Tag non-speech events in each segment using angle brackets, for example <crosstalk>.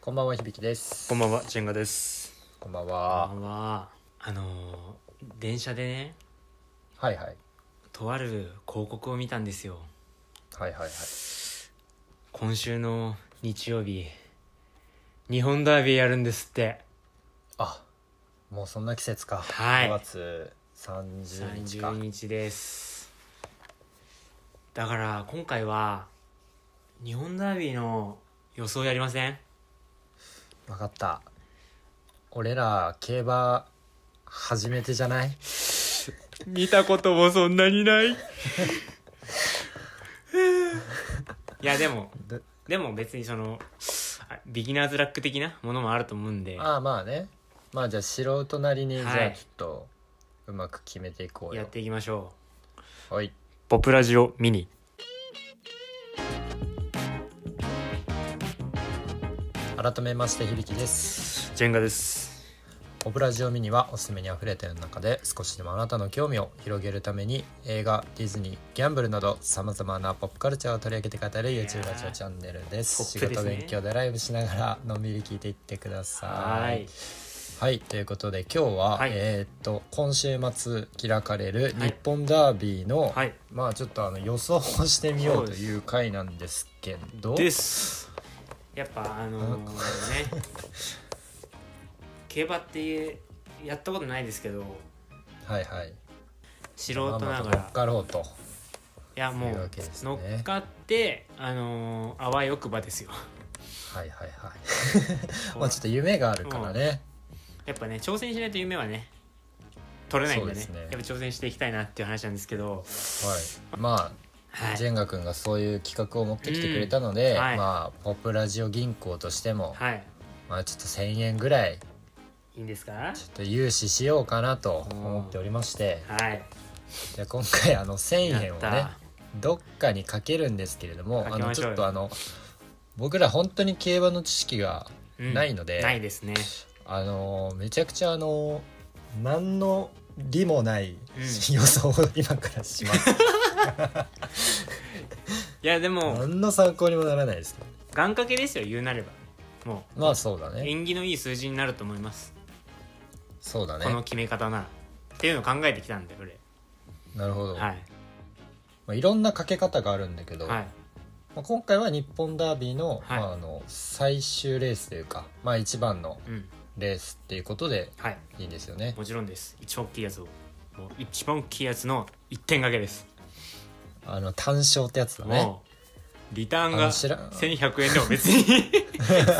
こんばんは響ですこんばんは、ジェンガです。こんばんあはは、あのー電車でね、はいはいとある広告を見たんですよ。はいはいはい今週の日曜日、日本ダービーやるんですって。あもうそんな季節かは5い月30日か30日です。だから、今回は、日本ダービーの予想やりません分かった俺ら競馬初めてじゃない見たこともそんなに <laughs> ない。いや、でも、ででも別にそのあビギナーズラック的なものもあると思うんでああまあねまあじゃあ素人なりに、はいじゃあちょっとうまく決めていこうやっよていきましょうはいポプラジオミニ改めまして響ですジェンガですオブラジオミニはおすすめにあふれている中で少しでもあなたの興味を広げるために映画ディズニーギャンブルなどさまざまなポップカルチャーを取り上げて語るやー YouTube ラジオチャンネルですポップ仕で事すね勉強でライブしながらのんびり聞いていってくださいはいはいということで今日は、はいえーっと今週末開かれるはい日本ダービーの、はいまあちょっとあの予想をしてみようそうとですいう回なんですけどですやっぱあのー、ね競馬ってやったことないですけどはいはい素人まなあまがあら、乗っかろうといやもというわうけですね乗っかってあのー、あわよくばですよはいはいはい。まあちょっと夢があるからね。やっぱね挑戦しないと夢はね取れないんそでうでねすねやっぱ挑戦していきたいなっていう話なんですけどはい。まはあいジェンガ君がそういう企画を持ってきてくれたので、うんはいまあポップラジオ銀行としても、はいまあちょっと1000円ぐらいいいんですかちょっと融資しようかなと思っておりまして、はいで今回あのや1000円っをたねどっかにかけるんですけれども、かあけのましちょうょよっとあの僕ら本当に競馬の知識がうんないのでないですねあのめちゃくちゃあの何の利もないうん予想を今からします。 <laughs> いやでも何の参考にもならないですけど願掛けですよ言うなればもまあそうだうね縁起のいい数字になると思いますそうだこのね決め方ならっていうのを考えてきたんで俺なるほど、はいいまあ、いろんなかけ方があるんだけど、はいまあ、今回は日本ダービーの,、はいまあ、あの最終レースというか、まあ、一番のうんレースっていうことではいいいんですよねもちろんです一番大きいやつをもう一番大きいやつの一点掛けですあの単勝ってやつだねもうリターンあがの知ら1100円でも別に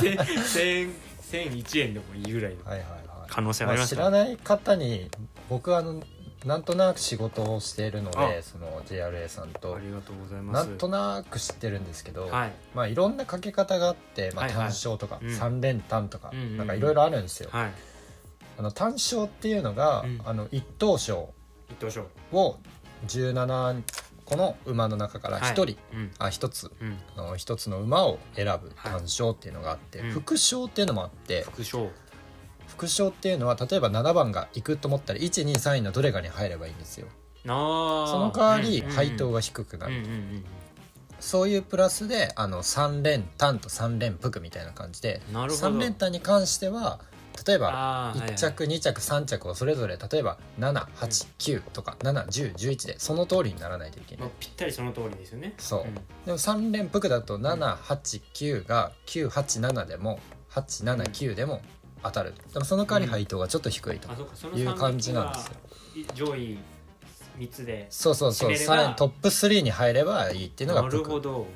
1000 1001円でもいいぐらいのはいはいはい可能性はありますねあ知らない方に僕はあのなんとなく仕事をしているのであその JRA さんとありがとうございまなすんとなく知ってるんですけど、はいまあ、いろんなかけ方があって、まあ、はいは単い勝とかうん三連単とか、うんうんうんなんかいろいろあるんですよ。はいあの単勝っていうのが、うんあの一等賞一等賞を17個の馬の中から1人、はいうんあ1つうんあの1つの馬を選ぶ単勝っていうのがあって、うん副賞っていうのもあって副賞副賞っていうのは例えば7番が行くと思ったら123位のどれかに入ればいいんですよ。あーその代わりうんうんうん配当が低くなうんる、うんうんそういうプラスであの3連単と3連複みたいな感じでなるほど3連単に関しては例えばあーはい1着2着3着をそれぞれ例えば789とか71011でその通りにならないといけまなあい、ぴったりその通りですよねそうんでも3連複だと789が987でも879でも当たるでもその代わり配当がちょっと低いとあそうかそのいう三感じなんですよ匹が上位三つでそうそうそう決めれば3トップ3に入ればいいっていうのながる複ほど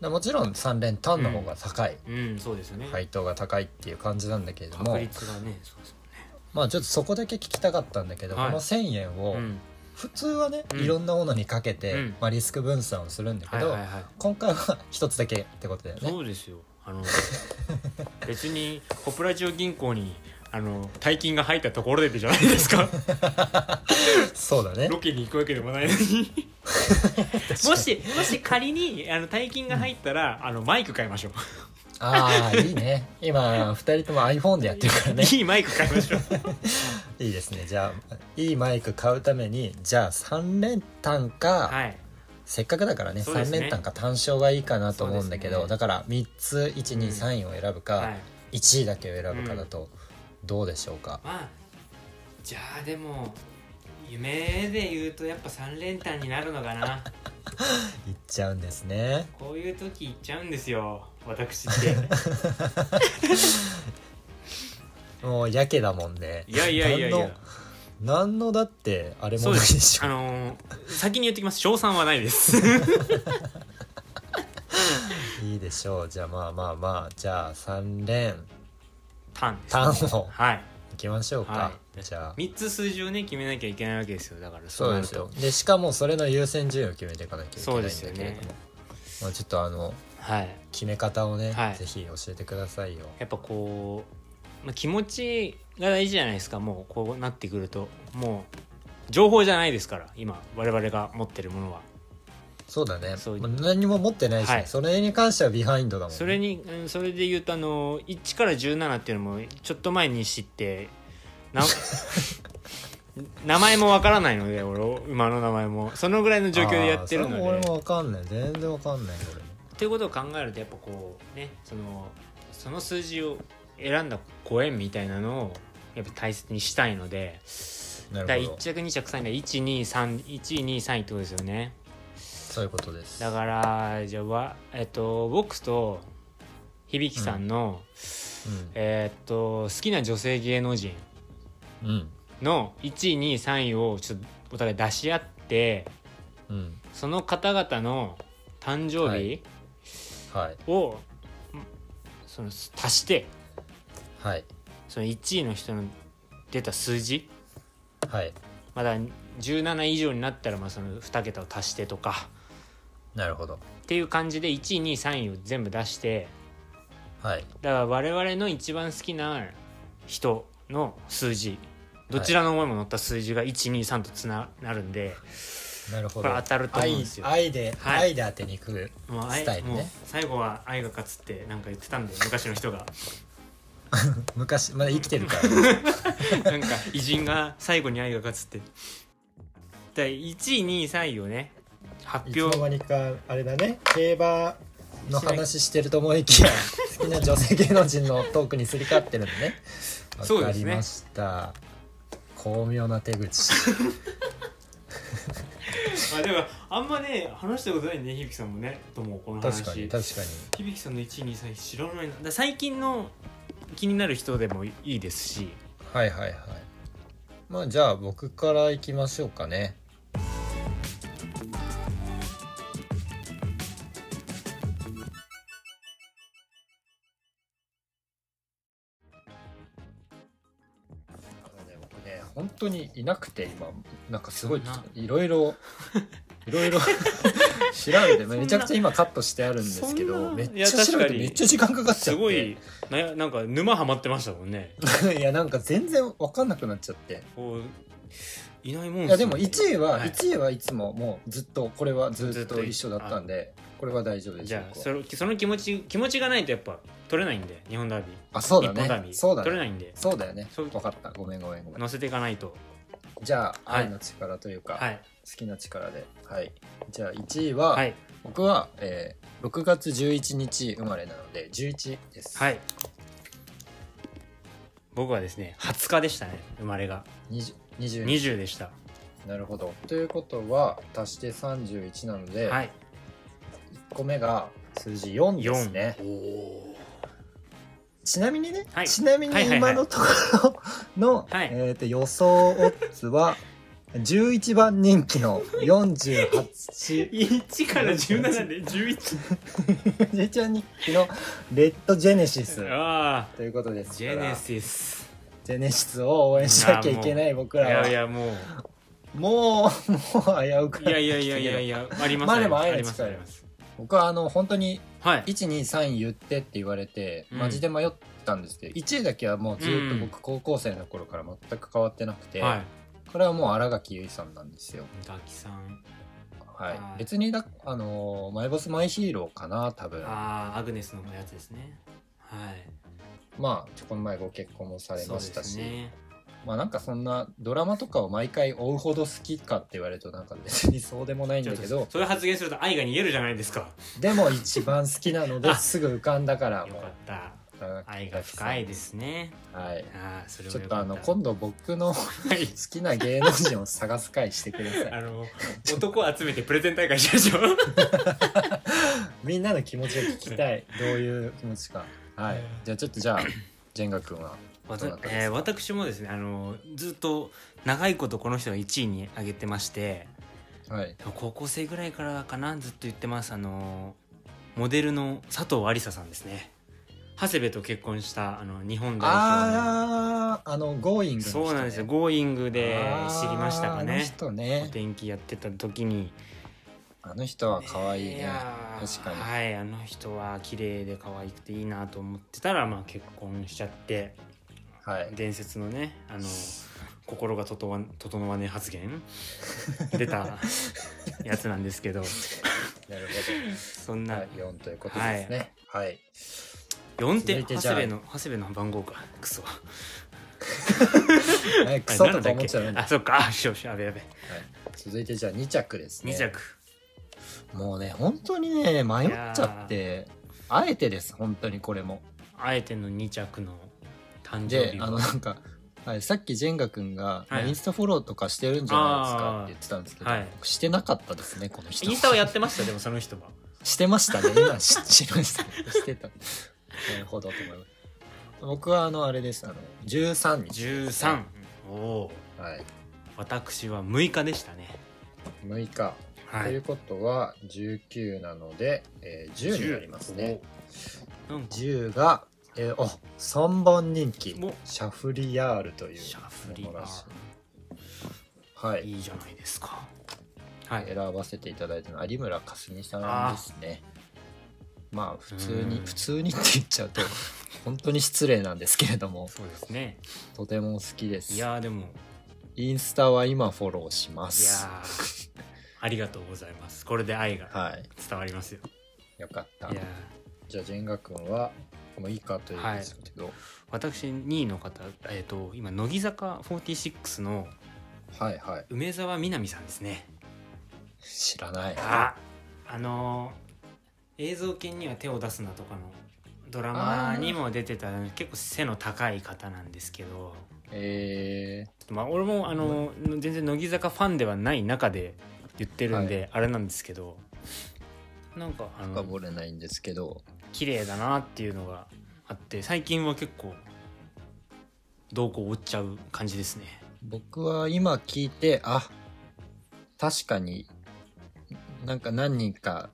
でもちろん3連単の方が高い、うんそうですよね配当が高いっていう感じなんだけれども確率がねそうですまあちょっとそこだけ聞きたかったんだけど、はいこの1,000円を、もんね普通はね、うんいろんなものにかけて、うんまあ、リスク分散をするんだうけんど、はいはいはい今回は一つだけってことだよねそうですよあの <laughs> 別にコプラジオ銀行にあの大金が入ったところでじゃないで <laughs> すかそうだねロケに行くわけでもないのにもしもし仮にあの大金が入ったら、あのマイク買いましょうああいいね今2人とも iPhone でやってるからね <laughs> いいマイク買い <laughs> ましょういいですねじゃあいいマイク買うためにじゃあ3連単か、はいせっかくだからねそうです3ね連単か単勝がいいかなと思うんだけそうど、ですねだから3つうん123位を選ぶはか、い1位だけを選ぶかだとどうでしょうか、まあじゃあでも夢で言うとやっぱ三連単になるのかないっちゃうんですねこういう時行っちゃうんですよ <laughs> 私ってもうやけだもんねいやいやいやい <laughs> や何の何のだってあれもそうなでいですしあょのー先に言ってきます賞賛はないですいいでしょうじゃあまあまあまあじゃあ3連単です単をはいいきましょうか、はじゃあ3つ数字をね決めなきゃいけないわけですよだからそうなでるすとよでしかもそれの優先順位を決めていかなきゃいけないんだけれども、そうですよねまあ、ちょっとあのはい決め方をね、はいぜひ教えてくださいよやっぱこう、まあ、気持ちが大事じゃないですかもうこうなってくるともう情報じゃないですから今我々が持ってるものはそうだねそうまあ何も持ってないし、はいそれに関してはビハインドだもんねそれにうんそれで言うとあの1から17っていうのもちょっと前に知って <laughs> な名前もわからないので俺馬の名前もそのぐらいの状況でやってるあーそれのも俺でもわかんない全然わかんない俺もっていうことを考えるとやっぱこうねそのその数字を選んだご縁みたいなのをやっぱ大切にしたいのでな第るほ1ど着2着3位123 1位2位3位ってことですよねそういうことですだからじゃあわえっと僕と響さんの、えっと好きな女性芸能人うんうんの1位2位3位をちょっとお互い出し合ってうんその方々の誕生は日いはいを、んその足してはいその1位の人の出た数字はいまだ17以上になったらまあその2桁を足してとかなるほどっていう感じで1位2位3位を全部出してはいだから我々の一番好きな人の数字どちらの思いも乗った数字が123とつななるんでなるほこどれ当たると思うんですよ愛愛で、はい愛で当てにくるもうスタイ愛ルねもう最後は愛が勝つってなんか言ってたんで昔の人が <laughs> 昔まだ生きてるから、ね、なんか偉人が最後に愛が勝つって第1位2位3位をね発いつの表間にかあれだね競馬の話してると思いき <laughs> や好きな女性芸能人のトークにすり替わってるんでねそうわかですりねました、巧妙な手口あでもあんまね話したことないね響さんもねとも <laughs> この話確かに確かに響さんの1位2位3位知らないなだから最近の気になる人でもいいですしはいはいはいまあじゃあ僕からいきましょうかね僕ね本当にいなくて今なんかすごいそんないろいろ <laughs> いろい <laughs> ろ調べてめちゃくちゃ今カットしてあるんですけそんどなめっちゃ調べていや確かにめっちゃ時間かかっちゃすってごいななんか沼ハマってましたもんね <laughs> いやなんか全然わかんなくなっちゃってこういないもんいやでも一1位は、はい1位はいつももうずっとこれはずずっっとと一一緒緒だったんでこれは大丈夫ですじゃあ僕はそれその気持ち気持ちがないとやっぱ取れないんで日本ダービーあそうだ日本ダービねーそうだ取れなねいんでそうだよねそう分かったごめんごめんごめん乗せていかないとじゃあはい愛の力というか、はい好きな力ではいじゃあ1位は、はい僕は、えー6月11日生まれなので11です、はい僕はですね20日でしたね生まれが20 20 20でしたなるほどということは足して31なので、はい1個目が数字4ですねおおちなみにね、はいちなみはいはいはにい今のところの、はいえーと予想オッズは11番人気の48 1から17で11 11番人気のレッドジェネシスあということであすジからェネシスジェネシスを応援しなきゃいけない僕いらはやいやもうもうもう危うくいやいやいやいやいややありますまあでもあ会えりるます力あります僕はあの本当にはい123位言ってって言われてうんマジで迷ったんですけど、1位だけはもうずっと僕高校生の頃から全く変わってなくて、はいこれはもう新垣結衣さんなんですよガキさんははいい、別にだ、あのーマイボスマイヒーローかな多分ああアグネスのやつですねはいまあこの前ご結婚もされましたし、ねまあなんかそんなドラマとかを毎回追うほど好きかって言われるとなんか別にそうでもないんだけちょっどとそういう発言すると愛が逃げるじゃないですかでも一番好きなのであすぐ浮かんだからよもかうったうん愛が深いですねはいああそれはちょっよとかあったの今度僕の好はいきな芸能人を探す会してください <laughs> あの男を集めてプレゼン大会しましょうみんなの気持ちを聞きたい <laughs> どういう気持ちかはいじゃあちょっとじゃあジェンガ君はわどうだたったんですかえー私もですねあのずっと長いことこの人が1位に挙げてましてはい高校生ぐらいからかなずっと言ってますあのモデルの佐藤ありささんですね長谷部と結婚したあの日本代表あああの「Going」そうなんですよ「ゴーイングであー知りましたかあのね人おね天気やってた時にあの人は可愛いねやー確かにはいあの人は綺麗で可愛くていいなと思ってたら、まあ、結婚しちゃってはい伝説のねあの心が整わ整わねえ <laughs> 発言出たやつなんですけどなるそんほどな、はい4ということですね <laughs> はい4続点いて長じゃあ谷部の長谷部の番号かクソはいクソとか思っちゃうあれなんんだだっけあそっかあしよしやべやべ続いてじゃあ2着ですね2着、もうね本当にね迷っちゃってあえてです本当にこれもあえての2着の誕生で日あのはなんか、はい、さっきジェンガ君が、まあはいインスタフォローとかしてるんじゃないですかあーって言ってたんですけど、はい僕してなかったですねこの人インスタはやってましたでもその人はしてましたね今し <laughs> 知りましたしてたなるほどと思います僕はあのあれですあの13日、 13おおーはい、私は6日でしたね6日、はということは19なので、えー10になりますねおーなんか10が、えー、お3番人気おシャフリヤールというシャフリーものバらしいーはいいいじゃないですかはい選ばせていただいたのは有村架純さんですねまあ普通にうん普通にって言っち <laughs> ゃうと本当に失礼なんですけれどもそうですねとても好きですいやーでもいインスタは今フォローしまやす <laughs> ーありがとうございますこれで愛がはい伝わりますよよかったいやーじゃあジェンガ君はもういいかというんですけど私2位の方、えー、と今乃木坂46のはいはい梅澤美波さんですね知らないああのー映像犬には手を出すなとかのドラマにも出てた結構背の高い方なんですけどえー、まあ俺もあのー全然乃木坂ファンではない中で言ってるんで、あれなんですけどなんかあ深の掘れないんですけど綺麗だなっていうのがあって最近は結構動向を追っちゃう感じですね僕は今聞いてあ確かになんか何人か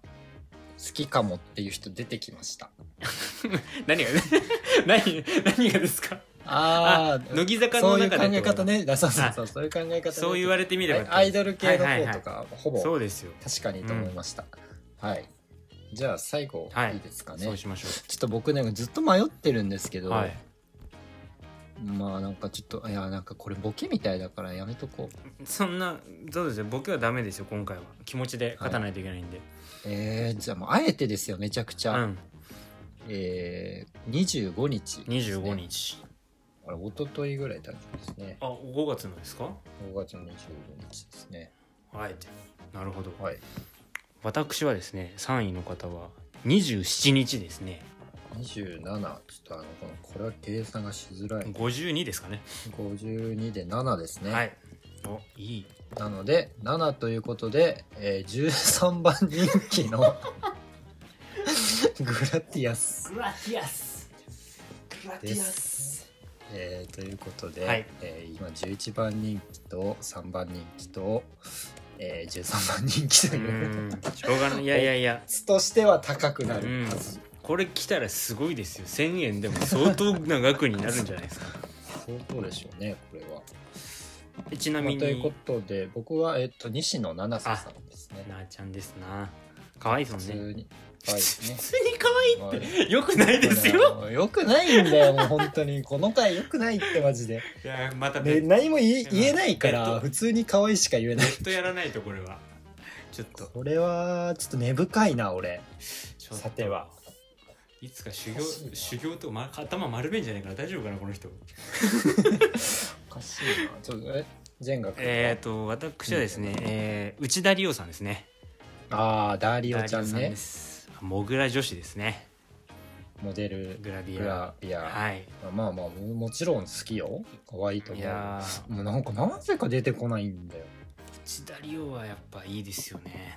好きかもっていう人出てきました何が <laughs> 何何がですかあー <laughs> 乃木坂そのういう中考でえ方ねあそうそうそうあそういう考え方ねそう言われてみればアイドル系のはいはいは方いとかほぼそうですよ確かにと思いましたはい、じゃあ最後はいいいですかね、そうちょしましょっと僕ねずっと迷ってるんですけうど、はいまあなんかちょっといやなんかこれボケみたいだからやめとこうそんなそうですよ僕はダメですよ今回は気持ちで勝たないといけないんで、えー、じゃあもうあえてですよめちゃくちゃ、うんえー、25日ですね、 25日あれ一昨日ぐらい誕生日ですねあ5月のですか5月の25日ですねあえてなるほど、はい私はですね3位の方は27日ですね27ちょっとあのこのこれは計算がしづらい52ですかね52で7ですね、はいおいいなので7ということで、えー、13番人気の <laughs> グラティアス、グラティアスグラティアスえーということで、はいえー今11番人気と3番人気と、えー、13番人気とういう <laughs> ーんしょうがないいやいやいや質としては高くなるはず、これ来たらすごいですよ1000円でも相当な額になるんじゃないですか相当でしょうねこれは、 <laughs> えちなまあみというこにとで僕は、えー、と西野七瀬さんですねなあちゃんですな可愛いですもん普ね通に可愛いで普すね通に可 <laughs> 愛いはいよくないですよ。もうよくないんだよ、もう本当に。この回よくないってマジで。いやまたね、別何も言い言えないかえっら、と普通に可愛いしか言えない。途やらないとこれは。ちょっと。これは、ちょっと根深いな、俺。ちょっとさては。いつか修行おかしいな修行とか、ま、頭丸めんじゃないから大丈夫かなこの人おかしいなちょっとえジェンガ君はえっ、と私はですね、えー内田理央さんですねああダーリオちゃ内ん田理央さんねですモグラ女子ですねモデルグラビグアラビア、はいまあまあももちろん好きよ可愛いとい思うやーもうなんかなぜか出てこないんだよ内田理央はやっぱいいですよね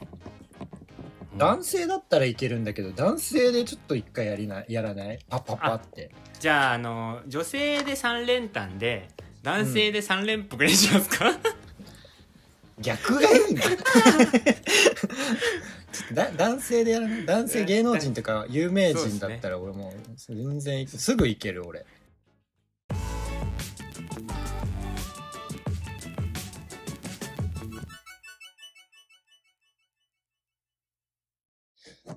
うん男性だったらいけるんだけど男性でちょっと一回やりなやらないパッパッパってじゃああの女性で3連単で男性で3連服にしますか、逆が <laughs> いいねちょっとだ男性でやらない男性芸能人とか有名人だったら俺もう全然いすぐいける俺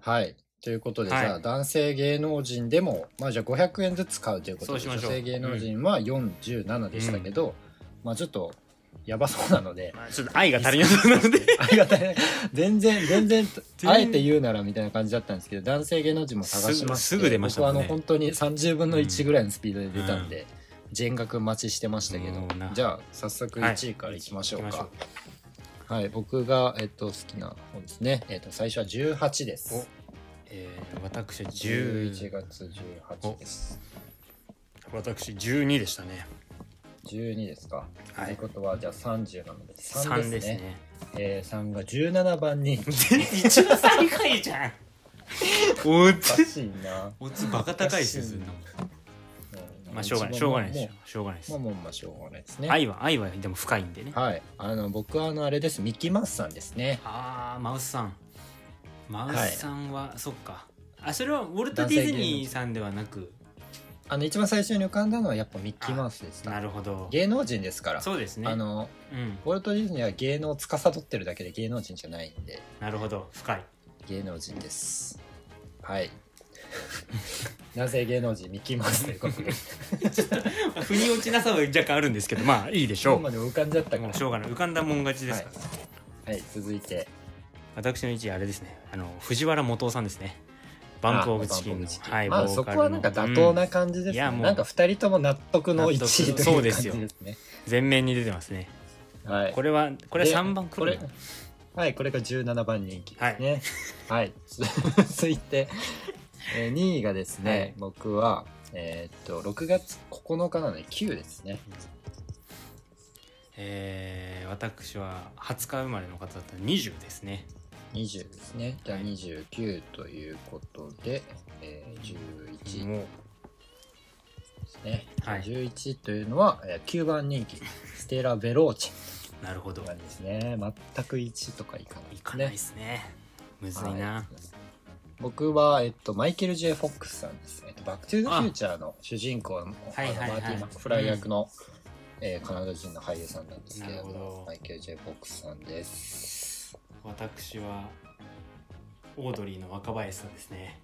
はいということで、はいじゃあ男性芸能人でもまあじゃあ500円ずつ買うということでそうしましょう女性芸能人は47でしたけど、まあちょっとやばそうなので、 <laughs> まあ、ちょっと愛が足りなくなのでありがたい。全然、全然、然あえて言うならみたいな感じだったんですけど、男性芸能人も探しますすぐすぐ出ましたも僕んはねあの、本当に30分の1ぐらいのスピードで出たんで、ジェンガ君待ちしてましたけどもうな、じゃあ、早速はい1位からいきましょう行きましょかう。はい、僕が、えっと、好きな本ですね。えっと、最初は18です。えー、私は11 10月18です。私12でしたね12ですか。はいということは、じゃあ30なので、3 3でですすね。ねえー3が17番に、 <laughs> 一番最下位じ <laughs> ゃんおおかしいな。おつバカ高いですよそんなうんまあしょうがないしょうがないですよしょうがないでますあまあまあしょうがないですね。はい。愛は愛はでも深いんでねあの僕はあのあれです。ミッキーマウスさんですね。あーマウスさんマウスさんはそっかあそれはウォルト・ディズニーさんではなくあの一番最初に浮かんだのはやっぱミッキーマウスでした。なるほど芸能人ですから。そうですねあのうんウォルト・ディズニーは芸能を司ってるだけで芸能人じゃないんでなるほど深 <laughs> い芸能人です。 <laughs> はい。男性芸能人ミッキーマウスという <laughs> ことで。まあ腑に落ちなさは若干あるんですけどまあいいでしょ <laughs> 今うまで浮かんじゃったかもうら。しょうがない浮かんだもん勝ちですから、はい続いて。私の位置あれですねあの藤原元雄さんですねバンコあブチキンバンのコブチはいまあボーそカこルのはなんか妥当うなん感じですいね。やもうなんか二人とも納得の1位というそ感じうでですすねよ。前面に出てますねはい。これはこれでは3番くるこなれ <laughs> はいこれが17番人気ですねはい、 <laughs> 続いて、えー、2位がですね、はい僕はえーっと6月9日なので9ですねえー私は20日生まれの方だったら20ですね20ですねじゃあはい29ということで、えー、11でもうすね、はい11というのは、えー、9番人気ステラ・ベローチェなるほどなんですね全く1とかいかないいかないですねむずいはな、僕は、えっと、マイケル・ J ・フォックスさんですね。バック・トゥ・ザ・あフューチャーの主人公のあのマはいはいはいーティン・マックフライ役の、えーカナダ人の俳優さんなんですけれどなるほもどマイケル・ J ・フォックスさんです。私はオードリーの若林さんですね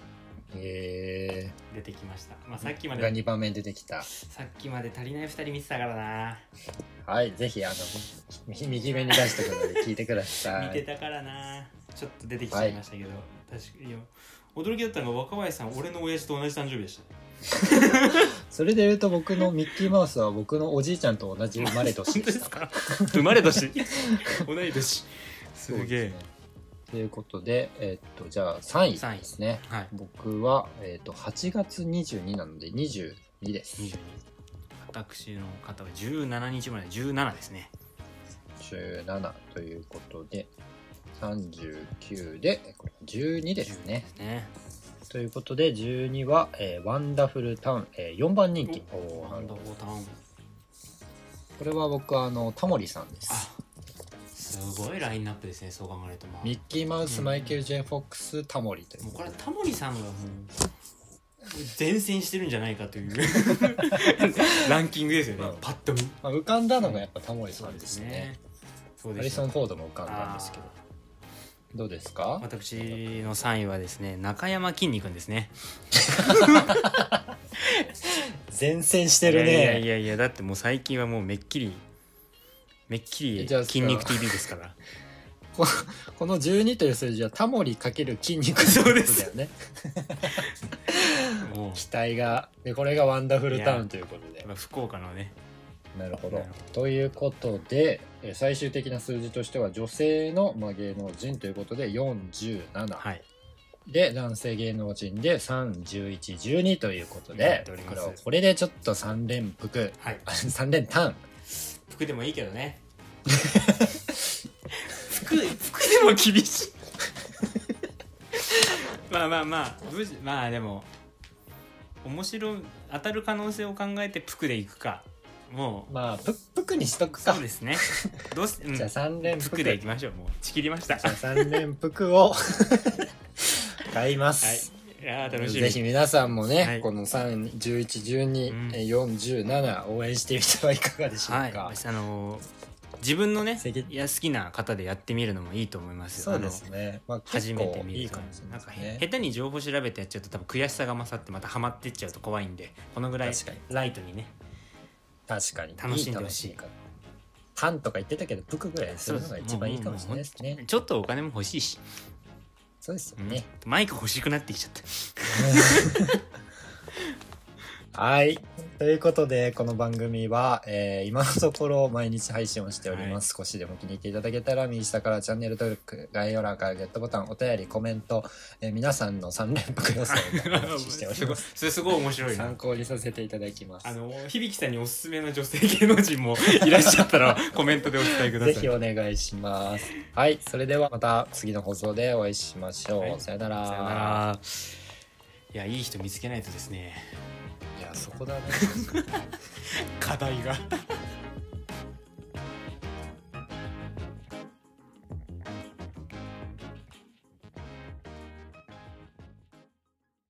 え出てきました、まあ、さっきまー、でが2番目に出てきた。さっきまで足りない2人見てたからなはい、ぜひ、あの、右 <laughs> 右目に出してくるので聞いてくださ <laughs> 見てい。たからなちょっと出てきちゃいましたけど、確かにいや驚きだったのが若林さん俺の親父と同じ誕生日でしたそれで言うと、僕のミッキーマウスは僕のおじいちゃんと同じ生まれ年本当ででしすた。か <laughs> 生まれ年同い年そう <laughs> すでげえ、ね。ということで、えっと、じゃあ3位ですね。はい僕は、えー、と8月22なので22です22私の方は17日まで17ですね17ということで39でこれ12ですね12ねということで12は、えーワンダフルタウン、えー4番人気おーワンダフォータウンこれは僕はあのタモリさんですあすごいラインナップですねそう考えるとまあミッキーマウス、うんマイケル・ジェイ・フォックスタモリというもうこれはタモリさんがもう前線してるんじゃないか <laughs> というランキングですよね、うんパッと見まあ、浮かんだのがやっぱタモリさんですね,、そうハリですソン・ねフォードも浮かんだんですけどどうですか私の3位はですね中山きんに君ですね前線してるねいやいやいやいやだってもう最近はもうめっきりめっきえりじゃあ筋肉 TV ですから <laughs> ここの12という数字はタモリかける筋肉ということだよね。おう期待がでこれがワンダフルタウンということでやっぱ福岡のねなるほどなるほどということでえー最終的な数字としては女性の、まあ、芸能人ということで47、はいで男性芸能人で31112ということやっでておりまこすれをこれでちょっと3連服 <laughs> はい3連単服でもいいけどね服服でも厳しい <laughs> まあまあまあ無事まあでも面白い当たる可能性を考えて服でいくかもうまあぷぷくにしとくかそうですねどうす、うん、じゃあ3連服服でいきましょうもう打ち切りましたじゃあは3連服を <laughs> 買います、いいやー楽しみぜひ皆さんもね、はいこの3、うん11、12、えー47応援してみてはいかがでしょうはい、か。あのー自分のねせげいや好きな方でやってみるのもいいと思いますよそうですね。まあ、あの初結めて構見るといいかもしれなないんでかすへね。下手に情報調べてやっちゃうと多分悔しさが勝ってまたハマっていっちゃうと怖いんでこのぐらい確かにライトにね確かに。楽しんでほしいいい楽み方。タンとか言ってたけど、プクぐらいするのが一番いいかもしれないですね。ちょっとお金も欲しいし、そうですようんね。マイク欲しくなってきちゃったはい。ということで、この番組は、えー今のところ毎日配信をしております。少しでも気に入っていただけたら、右下からチャンネル登録、概要欄からゲットボタン、お便り、コメント、えー皆さんの3連服予想をお待ちしております。すそれすごい面白いな参考にさせていただきますあ。の響さんにおすすめの女性芸能人もいらっしゃっ <laughs> たらコメントでお伝えくださぜいひお願いします。はい、それではまた次の放送でお会いしましょう。はいさよなら。さよな。らいやいい人見つけないとですねいや、そこだね。課題が